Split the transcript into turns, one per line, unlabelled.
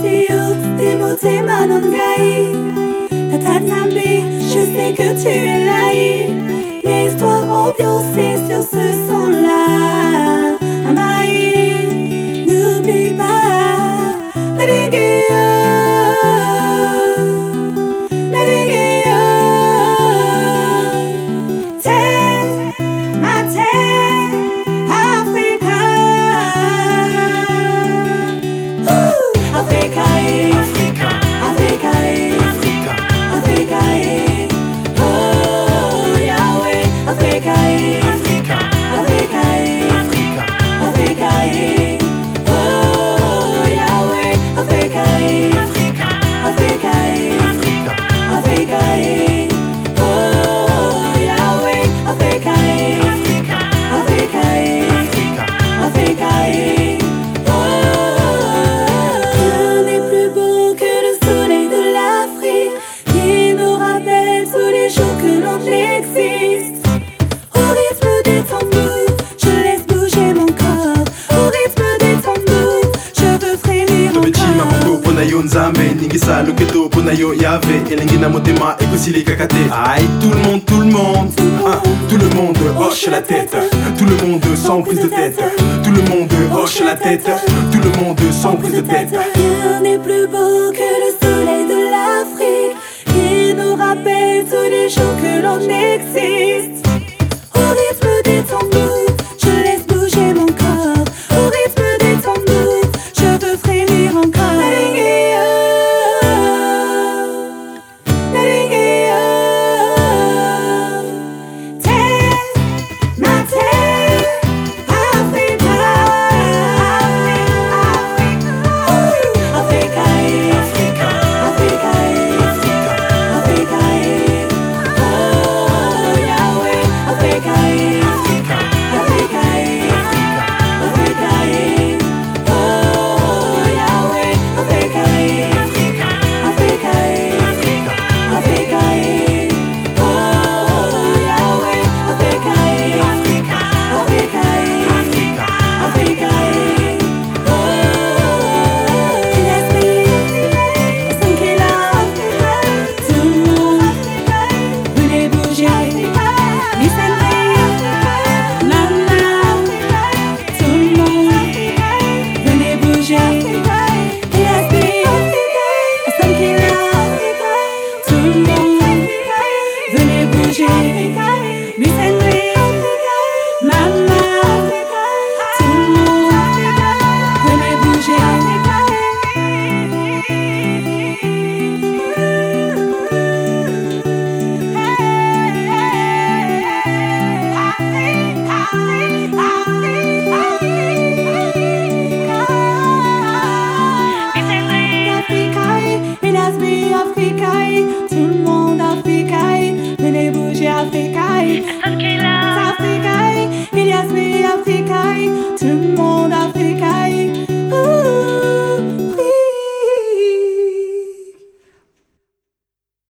décide des mots des manongai. La tatami, je sais que tu e es là. L'histoire ambiancée sur ce son-là. Amaï, n'oublie pas. Naviguer, naviguer. Tête, ma tête, Africa. Africa, Africa, Africa, Africa, Africa, oh Yahweh, Africa, Africa, Africa, Africa, Africa, oh Yahweh, Africa, Africa, Africa, Africa, Africa, oh Yahweh, Africa, Africa, Africa. Avec Aïe. eh. Rien n'est plus beau que le soleil de l'Afrique qui nous rappelle tous les jours que l'on existe. Au rythme des tambours, je laisse bouger mon corps. Au rythme des tambours, je veux frémir
tobecima
encore.
kuko pona yo nzambe ningisa loketo pona yo yave elengi na motema ekosilika te aïe tout le monde tout le monde ah, tout le monde hoche la tête tout le monde sans prise de tête tout le monde hoche la tête tout le monde sans prise de tête
Rien n'est plus beau que le soleil de l'Afrique qui nous rappelle tous les jours que l'on existe. Au rythme des tambours, je laisse bouger mon corps. Au rythme des tambours, je veux frémir encore. Naviguer, oh, naviguer, oh. Tête, ma tête, Africa, Africa, Africa, Oh, Africa, Africa, oh Yahweh, Africa, Africa, Oh, Africa, oh Yahweh, Africa, Oh, Africa, Africa, Africa, oh Yahweh, Africa, Africa, Africa. Africa, oh, il respire, son qu'il a, tout, voulez bouger, descendez, maman, tout le monde, venez bouger, il respire, son qu'il a, tout le monde, venez bouger, descendez, maman, tout le monde, venez bouger. Africaï, tout le monde Africaï, venez bouger Africaï. Africaï, Elias, oui, Africaï, tout le monde.